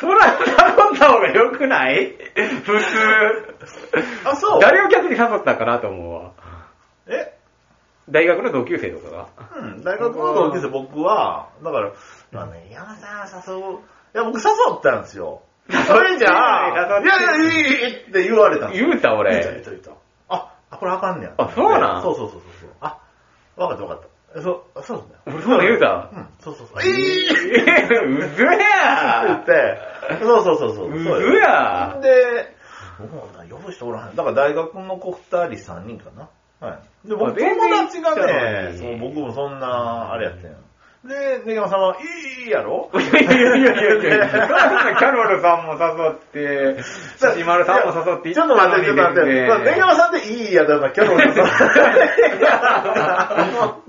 Speaker 1: そら誘った方が良くない普通。
Speaker 2: あ、そう。
Speaker 1: 誰を逆に誘ったんかなと思うわ。
Speaker 2: え、
Speaker 1: 大学の同級生とかが。
Speaker 2: うん、大学の同級生、僕は、だから、まあね、山田さん誘う、いや、僕誘ったんです よ。それじゃあ、い
Speaker 1: 誘って
Speaker 2: やいや、いい、いいって言われたんですよ。
Speaker 1: 言うた、
Speaker 2: いたい
Speaker 1: 俺。
Speaker 2: たいたあ、あこれあかんねや。
Speaker 1: あそうなん
Speaker 2: そうそうそうそう。あ、わかったわかった。えそう、そうなんだよ。
Speaker 1: 俺、そう言うた
Speaker 2: う。ん、そうそうそう。えーって
Speaker 1: えうず
Speaker 2: 言
Speaker 1: や
Speaker 2: って、そうそうそうそう。
Speaker 1: うず
Speaker 2: そうよ
Speaker 1: や
Speaker 2: で、もうな、呼ぶ人おらへん。だから大学の子二人三人かな。はい。で、
Speaker 1: あ
Speaker 2: 僕、
Speaker 1: 全然
Speaker 2: 友達が
Speaker 1: 一緒だね
Speaker 2: ね、そう僕もそんな、あれやってん。で、根山さんは、いい やろ
Speaker 1: いやいやいやいやいや、キャロルさんも誘って、シマルさんも誘って
Speaker 2: ちょっと待って、ちょっと待って。だから根山さんっていいやだな、キ ャロルさ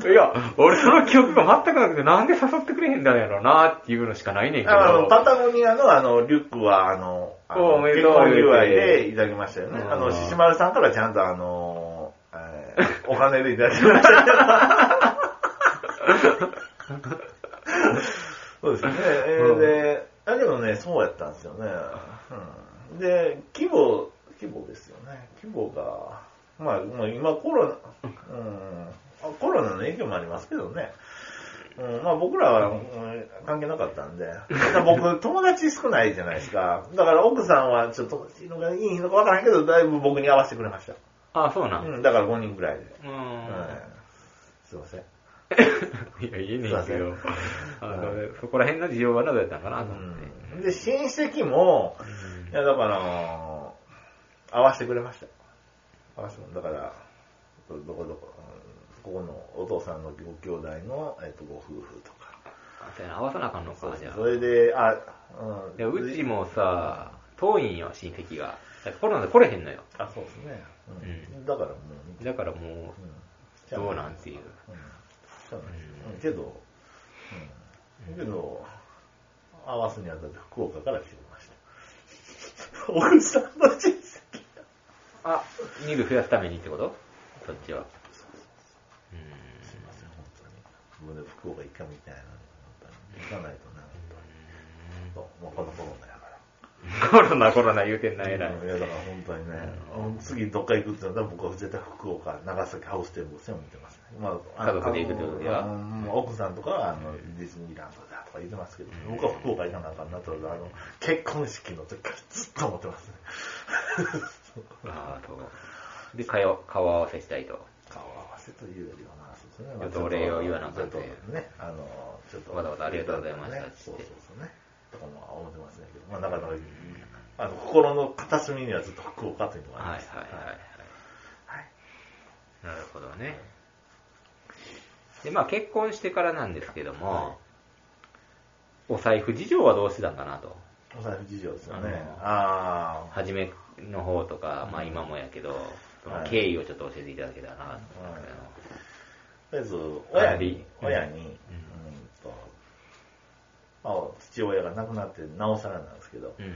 Speaker 2: ん。
Speaker 1: いや、俺その記憶が全くなくて、なんで誘ってくれへんだやろうなっていうのしかないねんけど。
Speaker 2: あの、パタゴニアのあの、リュックは、あの、あ
Speaker 1: お
Speaker 2: の
Speaker 1: めで
Speaker 2: 結
Speaker 1: とう
Speaker 2: 婚祝いでいただきましたよね。
Speaker 1: うん
Speaker 2: あの、獅子丸さんからちゃんとあの、え ーお金でいただきましたけど。そうですね。え
Speaker 1: うん
Speaker 2: ー、で、だけどね、そうやったんですよね。うん、で、規模、規模ですよね。規模が、まあ、もう今コロナ、うん、あコロナの影響もありますけどね。うん、まあ僕らは、うん関係なかったんで。ただ僕、 友達少ないじゃないですか。だから奥さんはちょっと友達いいのがいいのかわからんけど、だいぶ僕に合わせてくれました。
Speaker 1: あ、そうなん。うん。
Speaker 2: うん、だから5人ぐらいで。うん、すいません。
Speaker 1: いや、いいねんけ
Speaker 2: すい
Speaker 1: ど
Speaker 2: ま。
Speaker 1: あのそこら辺の需要はなどやったんかなと思って。
Speaker 2: うん、で、親戚も、
Speaker 1: うん
Speaker 2: いや、だから、合わせてくれました。合わせてだから、どどこどこ、うんここのお父さんのご兄弟の、えっと、ご夫婦とか。
Speaker 1: あそうやな合わさなあかんのか、じゃあ。
Speaker 2: それで、あ、うん。
Speaker 1: いやうちもさ、遠いんよ、親戚が。だからコロナで来れへんのよ。
Speaker 2: あ、そうですね。うん。
Speaker 1: う
Speaker 2: だからもう、
Speaker 1: だからもう、
Speaker 2: うん
Speaker 1: どうなんていう。
Speaker 2: うんそうなんですようんけど、うん。けど、合わすにあたって福岡から来てまし た。奥さんの人生。
Speaker 1: あ、人数増やすためにってことそっちは。
Speaker 2: すいません、本当に。僕ね、福岡一回も行ってないので、本当に。行かないとな、本当に。もうこのコロナやから。
Speaker 1: うんコロナ、コロナ言うてんな、偉い。
Speaker 2: いや、だから本当にね、うん次どっか行くって言ったら僕は絶対福岡、長崎ハウステンボスを見てますね。まあ、あの
Speaker 1: 家族で行くってことでは
Speaker 2: あのうん奥さんとかはあのディズニーランドだとか言ってますけど、僕は福岡行かなあかんなと、あの、結婚式の時からずっと思ってますね。
Speaker 1: ああ、そう。で、顔、顔合わせしたいと。
Speaker 2: 顔合わせというよりはな、そうですね。
Speaker 1: ちょっとお礼を言わなあかん
Speaker 2: ち
Speaker 1: と
Speaker 2: ょっとね、あの、ちょっと。
Speaker 1: わざわざありがとうございました
Speaker 2: ね
Speaker 1: っつ
Speaker 2: そ
Speaker 1: っ
Speaker 2: う
Speaker 1: て
Speaker 2: そうそうね。とかも思ってますねけど、まあなかなか、あの、心の片隅にはずっと福岡というのがあ
Speaker 1: はい
Speaker 2: り
Speaker 1: はい
Speaker 2: ます。
Speaker 1: はいはい。
Speaker 2: はい。
Speaker 1: なるほどね。で、まあ結婚してからなんですけども、
Speaker 2: は
Speaker 1: お財布事情はどうしてたんかなと。
Speaker 2: お財布事情ですよ
Speaker 1: うん
Speaker 2: ね。ああ。
Speaker 1: 初めの方とか、まあ今もやけど、その経緯をちょっと教えていただけたらなと思うんですけど。
Speaker 2: とりあえず、親
Speaker 1: 管理
Speaker 2: に、親に、うんと、まあ、父親が亡くなって、なおさらなんですけど
Speaker 1: う、ん。うん。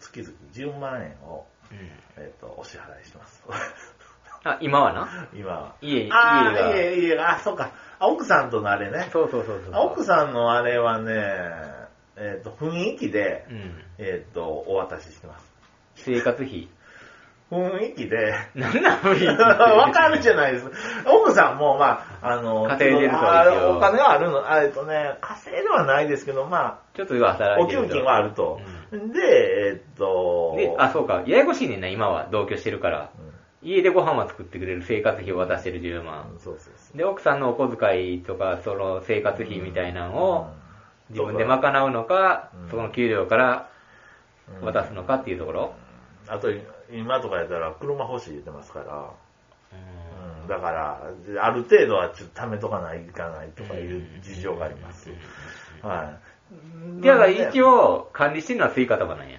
Speaker 2: 月々10万円を、えっと、お支払いしてます。
Speaker 1: あ、今はな
Speaker 2: 今は。
Speaker 1: 家、家
Speaker 2: ああ、
Speaker 1: が。
Speaker 2: いえいえ、あ、そうか。あ、奥さんとのあれね。
Speaker 1: そうそうそうそう。
Speaker 2: あ奥さんのあれはね、えっ、と、雰囲気で、
Speaker 1: うん。
Speaker 2: えっ、と、お渡ししてます。
Speaker 1: 生活費。
Speaker 2: 雰囲 気で、
Speaker 1: なんなん無理。
Speaker 2: わかるじゃないです。奥さんも、まあ、あの、
Speaker 1: 稼いでると
Speaker 2: あ
Speaker 1: 一応
Speaker 2: お金はあるの、あえっとね、稼いではないですけど、ま
Speaker 1: ちょっと今
Speaker 2: あ、
Speaker 1: 働い
Speaker 2: お
Speaker 1: てる
Speaker 2: 給金はあると。で、えっと、
Speaker 1: で、あ、そうか。ややこしいねんな、今は。同居してるから。家でご飯は作ってくれる生活費を渡してる10
Speaker 2: う
Speaker 1: 万
Speaker 2: ん。そうそうそ
Speaker 1: で、奥さんのお小遣いとか、その生活費みたいな
Speaker 2: う。
Speaker 1: のを自分で賄うのか
Speaker 2: う、ん
Speaker 1: その給料から
Speaker 2: うん
Speaker 1: 渡すのかっていうところ。
Speaker 2: あと、今とかやったら、車欲しい言ってますから。うんだから、ある程度はちょっと貯めとかないかないとかいう事情があります。はい。
Speaker 1: でだから一応、管理してるのはスイカとかなんや。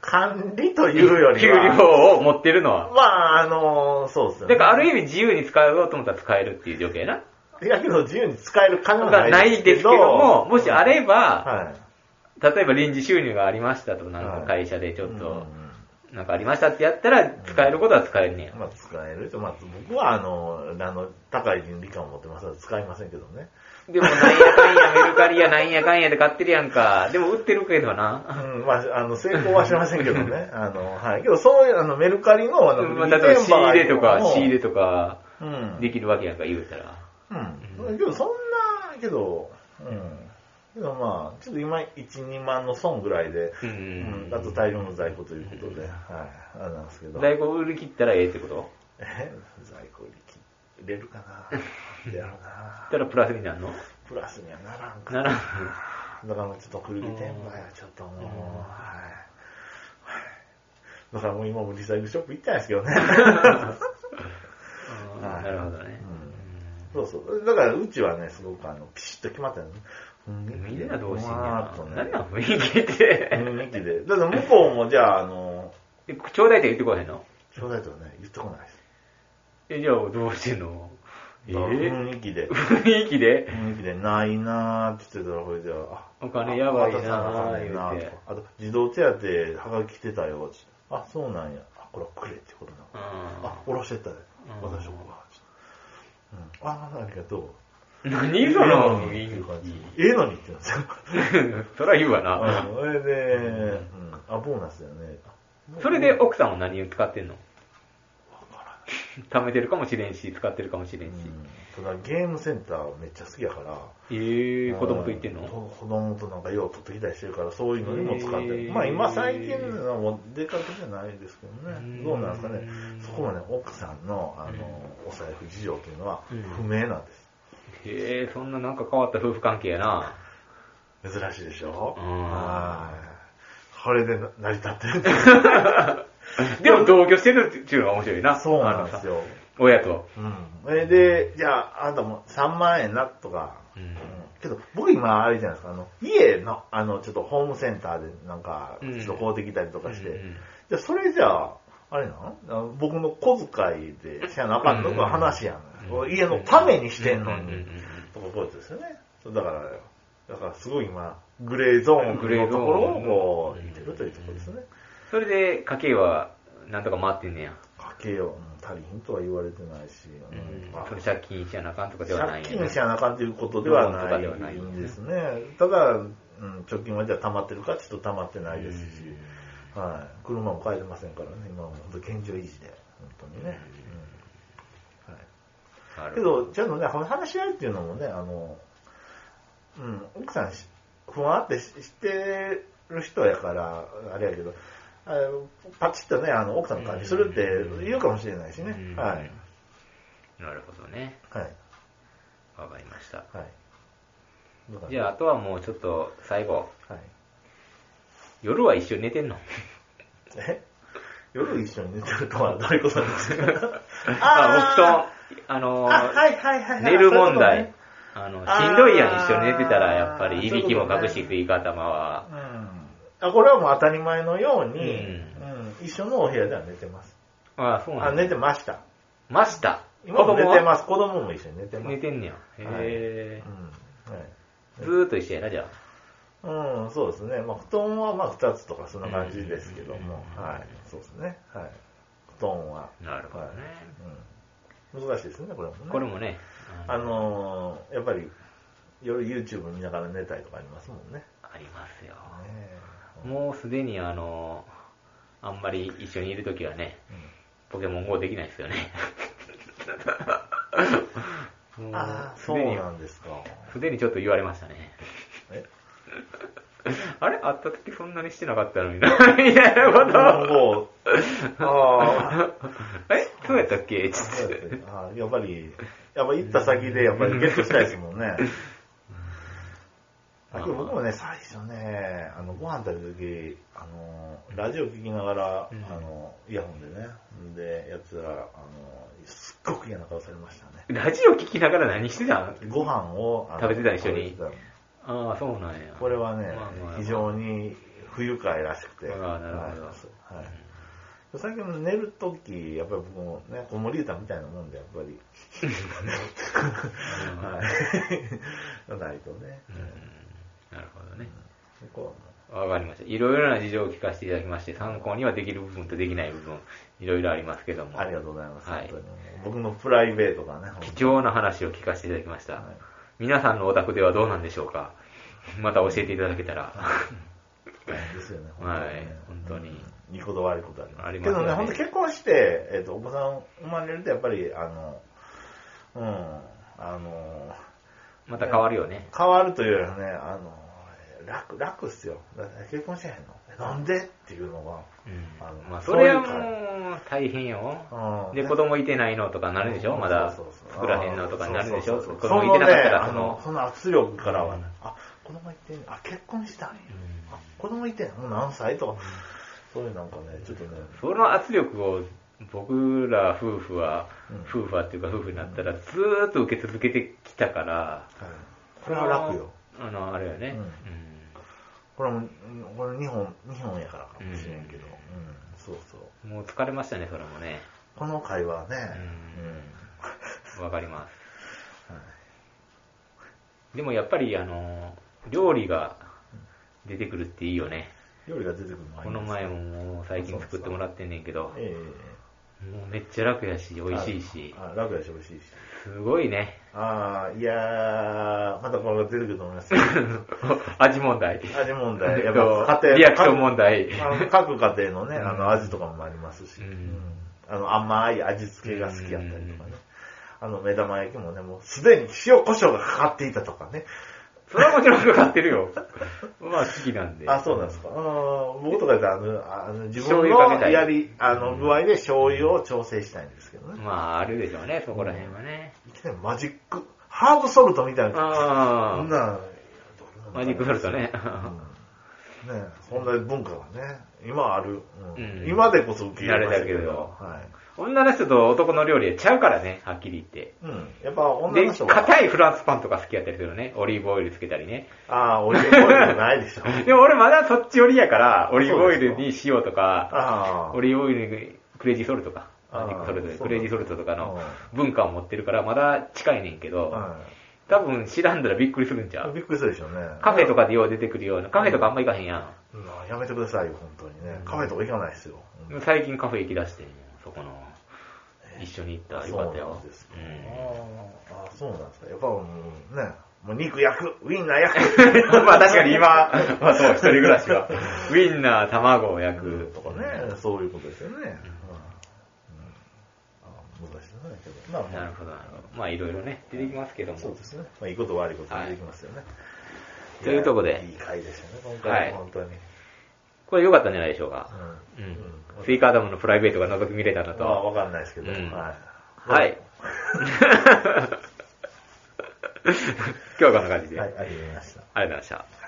Speaker 2: 管理というより
Speaker 1: 給
Speaker 2: は、
Speaker 1: 料を持ってるのは。
Speaker 2: まあ、あの、そうですよね。
Speaker 1: だからある意味自由に使おうと思ったら使えるっていう状況やな。
Speaker 2: いやけど自由に使える金は
Speaker 1: が
Speaker 2: な
Speaker 1: ないいですけども、もしあれば、
Speaker 2: は
Speaker 1: 例えば臨時収入がありましたと、なん
Speaker 2: は
Speaker 1: か
Speaker 2: い
Speaker 1: 会社で
Speaker 2: い。
Speaker 1: ちょっ
Speaker 2: うん
Speaker 1: と、なんかありましたってやったら、使えることは使えんねや。
Speaker 2: まあ、使えると、まあ、僕は、あの、あの、高い倫理観を持ってますから使いませんけどね。
Speaker 1: でも、なんやかんや、メルカリやなんやかんやで買ってるやんか。でも、売ってるけど
Speaker 2: う
Speaker 1: な。
Speaker 2: ん、まあ、あの、成功はしませんけど ね。あの、はい。けど、そういう、あの、メルカリの、あ
Speaker 1: ま
Speaker 2: の、
Speaker 1: あ、例えば仕入れとか、
Speaker 2: の
Speaker 1: 仕入れとか、
Speaker 2: うん。
Speaker 1: できるわけやんか、言うたら。
Speaker 2: うん。けど、そんな、けど、うん。けど、まあ、ちょっと今、1、2万の損ぐらいで、
Speaker 1: うん
Speaker 2: うん。あと大量の在庫ということで、はい。あれなんですけど。
Speaker 1: 在庫売り切ったらええってこと
Speaker 2: え在庫売り切れるかなやろうな
Speaker 1: たらプラスになるの
Speaker 2: プラスにはならんか
Speaker 1: ならん
Speaker 2: だからもうちょっと古着転売はちょっともう、
Speaker 1: うん
Speaker 2: はい。だからもう今もリサイクルショップ行ってないですけ どね。
Speaker 1: あーなるほどね。
Speaker 2: そうそう。だからうちはね、すごくあの、ピシッと決まったの。
Speaker 1: うん
Speaker 2: 雰
Speaker 1: みんなどうしてんね
Speaker 2: わーっと
Speaker 1: やな。何
Speaker 2: ね
Speaker 1: なん雰囲気って。
Speaker 2: 雰囲気で。だって向こうもじゃあ、あの、
Speaker 1: えちょうだいって言ってこへんの
Speaker 2: ちょうだいとはね、言ってこないです。
Speaker 1: え、じゃあどうしてんのえー
Speaker 2: 雰囲気で。
Speaker 1: 雰囲気で
Speaker 2: 雰囲気で、ないなーって言ってたら、これじゃあ、
Speaker 1: お金やばいな
Speaker 2: あ
Speaker 1: ー
Speaker 2: 渡さなあかんねんな
Speaker 1: 言う
Speaker 2: ー
Speaker 1: て
Speaker 2: とか。あと、自動手当、はがき来てたよ、つってあ、そうなんや。あ、これはくれってことなの。あ、おろしてった
Speaker 1: う
Speaker 2: で。
Speaker 1: ん
Speaker 2: 私、ここは。つってうん。あ、ありがとう。
Speaker 1: うん何その
Speaker 2: ええ
Speaker 1: 雰
Speaker 2: のにっていう感
Speaker 1: 囲
Speaker 2: じ
Speaker 1: 気。
Speaker 2: ええのにって言うんですよ。
Speaker 1: そら言うわ
Speaker 2: う
Speaker 1: な。
Speaker 2: んそれで、うんあ、ボーナスだよね。
Speaker 1: それで
Speaker 2: わか
Speaker 1: 奥さんは何を使ってんの
Speaker 2: ら
Speaker 1: 貯
Speaker 2: ん
Speaker 1: めてるかもしれんし、使ってるかもしれんし。
Speaker 2: ただゲームセンターめっちゃ好きやから、
Speaker 1: ええ、子供と行ってん
Speaker 2: う
Speaker 1: の
Speaker 2: 子供となんかよう取ってきたりしてるから、そういうのにも使ってる。
Speaker 1: へー
Speaker 2: まあ今最近のはもう出かけじゃないですけどね。どうなんですかね
Speaker 1: うん。
Speaker 2: そこはね、奥さんのあのお財布事情というのは
Speaker 1: うん
Speaker 2: 不明なんです。
Speaker 1: へえ、そんななんか変わった夫婦関係やな。
Speaker 2: 珍しいでしょ
Speaker 1: うん
Speaker 2: はい。これで成り立ってるんです
Speaker 1: でも同居してるっていうのが面白い な。
Speaker 2: そうなんです
Speaker 1: よ。
Speaker 2: よ。
Speaker 1: 親と。
Speaker 2: うん。それで、じゃあ、あなたも3万円な、とか。
Speaker 1: うん
Speaker 2: うんけど、僕今、あれじゃないですか、あの、家の、あの、ちょっとホームセンターで、なんか、
Speaker 1: う
Speaker 2: ち
Speaker 1: ん
Speaker 2: ょっと買うてきたりとかして、
Speaker 1: うん
Speaker 2: じゃあ、それじゃあ、あれなんあの僕の小遣いで、せやなあかんの
Speaker 1: うん
Speaker 2: が話やん。
Speaker 1: うん
Speaker 2: 家のためにしてんの
Speaker 1: うんうんうん
Speaker 2: に、とかこういうことですよね。そうだから、だからすごい今、グレーゾーン
Speaker 1: グレ
Speaker 2: の
Speaker 1: ー
Speaker 2: と
Speaker 1: ゾーン
Speaker 2: ころをこう、見てるというところですね。
Speaker 1: それで家計はなんとか回ってんねや。
Speaker 2: 家計を足りひんとは言われてないし、
Speaker 1: う
Speaker 2: うんんまあ
Speaker 1: それ借金しやなあかんとかではない
Speaker 2: 借
Speaker 1: んや
Speaker 2: 金しやなあかんということでは
Speaker 1: ローンとかではな
Speaker 2: ないいんですね。ただ、うん、貯金はじゃあ溜まってるかちょっと溜まってないですし、はい、車も買えてませんからね、今は本当現状維持で、本当にね。うんはい、
Speaker 1: なる
Speaker 2: け
Speaker 1: ほど
Speaker 2: ど、ちゃんとね、この話し合いっていうのもね、あの、うん、奥さんし不安あってししてる人やから、あれやけど、あのパチッとね、あの奥さんの感じするって言うかもしれないしね。
Speaker 1: うん
Speaker 2: はい。
Speaker 1: なるほどね。
Speaker 2: はい。
Speaker 1: わかりました。
Speaker 2: はい。どうかな
Speaker 1: じゃあ、あとはもうちょっと最後。
Speaker 2: はい。
Speaker 1: 夜は一緒に寝てんの
Speaker 2: え夜一緒に寝てるとはどういうことなん ですか
Speaker 1: あ、僕と、あ
Speaker 2: あ
Speaker 1: の
Speaker 2: ー
Speaker 1: ー、
Speaker 2: あはいはいはいはい。
Speaker 1: 寝る問
Speaker 2: そういう
Speaker 1: 題
Speaker 2: こ。
Speaker 1: あの、
Speaker 2: あー
Speaker 1: しんどいやん、一緒に寝てたら、やっぱり、いびきも
Speaker 2: そういうこと
Speaker 1: 隠
Speaker 2: ね
Speaker 1: し、食い頭は。
Speaker 2: とね。うん。あ、これはもう当たり前のよう
Speaker 1: う
Speaker 2: に、うん一緒のお部屋では寝てます。
Speaker 1: ああ、そうな
Speaker 2: あ、
Speaker 1: ん
Speaker 2: 寝
Speaker 1: だ。
Speaker 2: てました。
Speaker 1: ました。
Speaker 2: 今も寝て
Speaker 1: は
Speaker 2: ます。子供も一緒に寝てます。
Speaker 1: 寝てんねや。へ
Speaker 2: うん。はい
Speaker 1: え。ずーっと一緒やな、じゃ
Speaker 2: うん、そうですね。まあ、布団はまあ2つとかそんな感じですけども、
Speaker 1: うん
Speaker 2: はい。そうですね。はい。布団は。
Speaker 1: あ。なるほどね。
Speaker 2: はいうん、難しいですね、これもね。
Speaker 1: これもね。
Speaker 2: あ、のーやっぱり夜 YouTube 見ながら寝たりとかありますもんね。
Speaker 1: ありますよ。
Speaker 2: ね
Speaker 1: もうすでに、あの、あんまり一緒にいるときはね、ポケモン GO できないです よね。も
Speaker 2: うんああ、
Speaker 1: す
Speaker 2: そう
Speaker 1: でに、
Speaker 2: なんですか。
Speaker 1: すでにちょっと言われましたね。
Speaker 2: え
Speaker 1: あれ会った時そんなにしてなかったのにな、 みたいなことを。
Speaker 2: もう、ああ、
Speaker 1: えそうやったっけち
Speaker 2: そ
Speaker 1: ょっ
Speaker 2: う
Speaker 1: と
Speaker 2: やってあーやっぱり、やっぱ行った先でやっぱりゲットしたいですもんね。あけど僕もね、最初ね、あの、ご飯食べる時あの、ラジオ聞きながら、
Speaker 1: うん
Speaker 2: あの、イヤホンでね、んで、やつら、あの、すっごく嫌な顔されましたね。
Speaker 1: ラジオ聞きながら何してたん
Speaker 2: ご飯をあの
Speaker 1: 食べてた一緒に
Speaker 2: 食べてたの
Speaker 1: ああ、そうなんや。
Speaker 2: これはね、
Speaker 1: まあまあまあ
Speaker 2: 非常に不愉快らしくて。
Speaker 1: ああなるほど
Speaker 2: はいはい最近寝るとき、やっぱり僕もね、子守歌みたいなもんで、やっぱり。 はい。ないとね。
Speaker 1: うんなるほどね。
Speaker 2: 向こう
Speaker 1: わかりました。いろいろな事情を聞かせていただきまして、参考にはできる部分とできない部分、いろいろありますけども
Speaker 2: あ、りがとうございます。
Speaker 1: はい
Speaker 2: 本当に僕のプライベートがね、本
Speaker 1: 貴重な話を聞かせていただきました。
Speaker 2: 当にはい
Speaker 1: 皆さんのお宅ではどうなんでしょう かまた教えていただけたら。
Speaker 2: ですよね。
Speaker 1: はい
Speaker 2: 本当にね
Speaker 1: 本
Speaker 2: うんいいこと悪いことあります。
Speaker 1: あります
Speaker 2: け
Speaker 1: よ
Speaker 2: ど
Speaker 1: ね
Speaker 2: ね、本当結婚して、えっ、と、お子さん生まれると、やっぱり、あの、うん、あの、
Speaker 1: また変わるよね。
Speaker 2: 変わるというよりはね、あの、楽、楽っすよ。だって結婚してへんのえなんでっていうの
Speaker 1: うん
Speaker 2: あの
Speaker 1: まあ、それは
Speaker 2: そう
Speaker 1: もう大変よ。
Speaker 2: が、うん。
Speaker 1: で、子供いてないのとかなるでしょまだ
Speaker 2: そうそうそう
Speaker 1: 作らへんのとかになるでしょ
Speaker 2: そうそう
Speaker 1: 子
Speaker 2: そうそ
Speaker 1: 供いてなかったら、そ
Speaker 2: そのね、あの
Speaker 1: の、
Speaker 2: その圧力からはね
Speaker 1: うん、
Speaker 2: あ、子供いてんあ、結婚したんや。
Speaker 1: うん
Speaker 2: あ、子供いてんもう何歳とか、そういうなんかね、ちょっとね、
Speaker 1: その圧力を僕ら夫婦は
Speaker 2: うん、
Speaker 1: 夫婦はっていうか夫婦になったらずーっと受け続けてきたから、
Speaker 2: はいこれは楽よ。
Speaker 1: あの、あれよね。
Speaker 2: うん
Speaker 1: うん
Speaker 2: これも、うんこれ日本、日本やからかもしれんけど、うん、そうそう。
Speaker 1: もう疲れましたね、それもね。
Speaker 2: この会話ね、
Speaker 1: うん
Speaker 2: う
Speaker 1: わかります。
Speaker 2: ん。はい
Speaker 1: でもやっぱり、あの、料理が出てくるっていいよね。
Speaker 2: 料理が出てくるのはい
Speaker 1: こ
Speaker 2: いんで
Speaker 1: の
Speaker 2: す
Speaker 1: 前ももう最近作ってもらってんねんけど、
Speaker 2: え
Speaker 1: もうめっちゃ楽やし、
Speaker 2: え
Speaker 1: 美味しいし、
Speaker 2: あ楽やし、美味しいし。
Speaker 1: すごいね。
Speaker 2: ああ、いやー、またこれが出てくると思 いますよ。
Speaker 1: 味問題。
Speaker 2: 味問題、
Speaker 1: え
Speaker 2: や
Speaker 1: っ
Speaker 2: っ
Speaker 1: と
Speaker 2: ぱ家庭
Speaker 1: リアクション問題。
Speaker 2: あの各家庭のね、
Speaker 1: うん
Speaker 2: あの味とかもありますし、
Speaker 1: うん
Speaker 2: あの甘い味付けが好きやったりとか
Speaker 1: うん
Speaker 2: ね、あの目玉焼きもね、もうすでに塩胡椒がかかっていたとかね。
Speaker 1: それはもちろんかかってるよ。まあ好きなんで。
Speaker 2: あ、そうなんですか。うん僕とかやったらあの、あの自分
Speaker 1: 醤油かけた
Speaker 2: の
Speaker 1: り
Speaker 2: やり、あの具合で醤油を調整したいんですけどね。
Speaker 1: まああるでしょうね、そこら辺はね。
Speaker 2: いきなりマジック、ハーブソルトみたいな。そ
Speaker 1: あ
Speaker 2: ん
Speaker 1: あ、
Speaker 2: な、
Speaker 1: マジックソルトね。
Speaker 2: うんねそんな文化がね、今ある。うん
Speaker 1: うん
Speaker 2: 今でこそ受け入れましたけ
Speaker 1: 慣れたけ
Speaker 2: ど
Speaker 1: ど。
Speaker 2: はい。
Speaker 1: 女の人と男の料理はちゃうからね、はっきり言って。
Speaker 2: うん。やっぱ女
Speaker 1: で
Speaker 2: の、人は。
Speaker 1: 硬いフランスパンとか好きやったりするよね。オリーブオイルつけたりね。
Speaker 2: ああ、オリーブオイルはないでしょ。
Speaker 1: でも俺まだそっち寄りやから、オリーブオイルに塩とか、
Speaker 2: ああ
Speaker 1: オ。リーブオイルにクレイジーソルトか、
Speaker 2: あー
Speaker 1: マジックソル
Speaker 2: そう
Speaker 1: ト、クレイジーソルトとかの
Speaker 2: う
Speaker 1: 文化を持ってるから、まだ近いねんけど、
Speaker 2: は
Speaker 1: 多分知らんだらびっくりするんちゃ
Speaker 2: い。
Speaker 1: う
Speaker 2: びっくりするでしょうね。
Speaker 1: カフェとかでよう出てくるような、カフェとかあんま行かへんや
Speaker 2: うん。やめてくださいよ、本当にね。カフェとか行かないですよ。うん
Speaker 1: ん。最近カフェ行き出してんよそこの、一緒に行った。よかった
Speaker 2: そう
Speaker 1: よ
Speaker 2: なんです。か
Speaker 1: うん
Speaker 2: ああ、そうなんですか。やっぱもうね、もう肉焼く、ウインナー焼く。
Speaker 1: まあ確かに今、 まあそう、一人暮らしは。 ウインナー、卵を焼く
Speaker 2: とかね、そういうことですよね。うんうんあ難しいですねけど。まあまあ
Speaker 1: なるほど、なるほど。まあいろいろね、出てきますけども。
Speaker 2: そうですね。まあ、いいこと悪いこと出てきますよね。
Speaker 1: というとこで
Speaker 2: いやいい回でしたね、今回は
Speaker 1: はい
Speaker 2: 本当に。
Speaker 1: これ良かったんじゃないでしょうか。う
Speaker 2: うんん。
Speaker 1: スイカアダムのプライベートが覗き見れたな
Speaker 2: まあ、
Speaker 1: と。
Speaker 2: わかんないですけど、
Speaker 1: うん
Speaker 2: はい。
Speaker 1: は い。 今日はこんな感じで。あ
Speaker 2: はい
Speaker 1: り、が
Speaker 2: ありがとうございました。
Speaker 1: とうございました。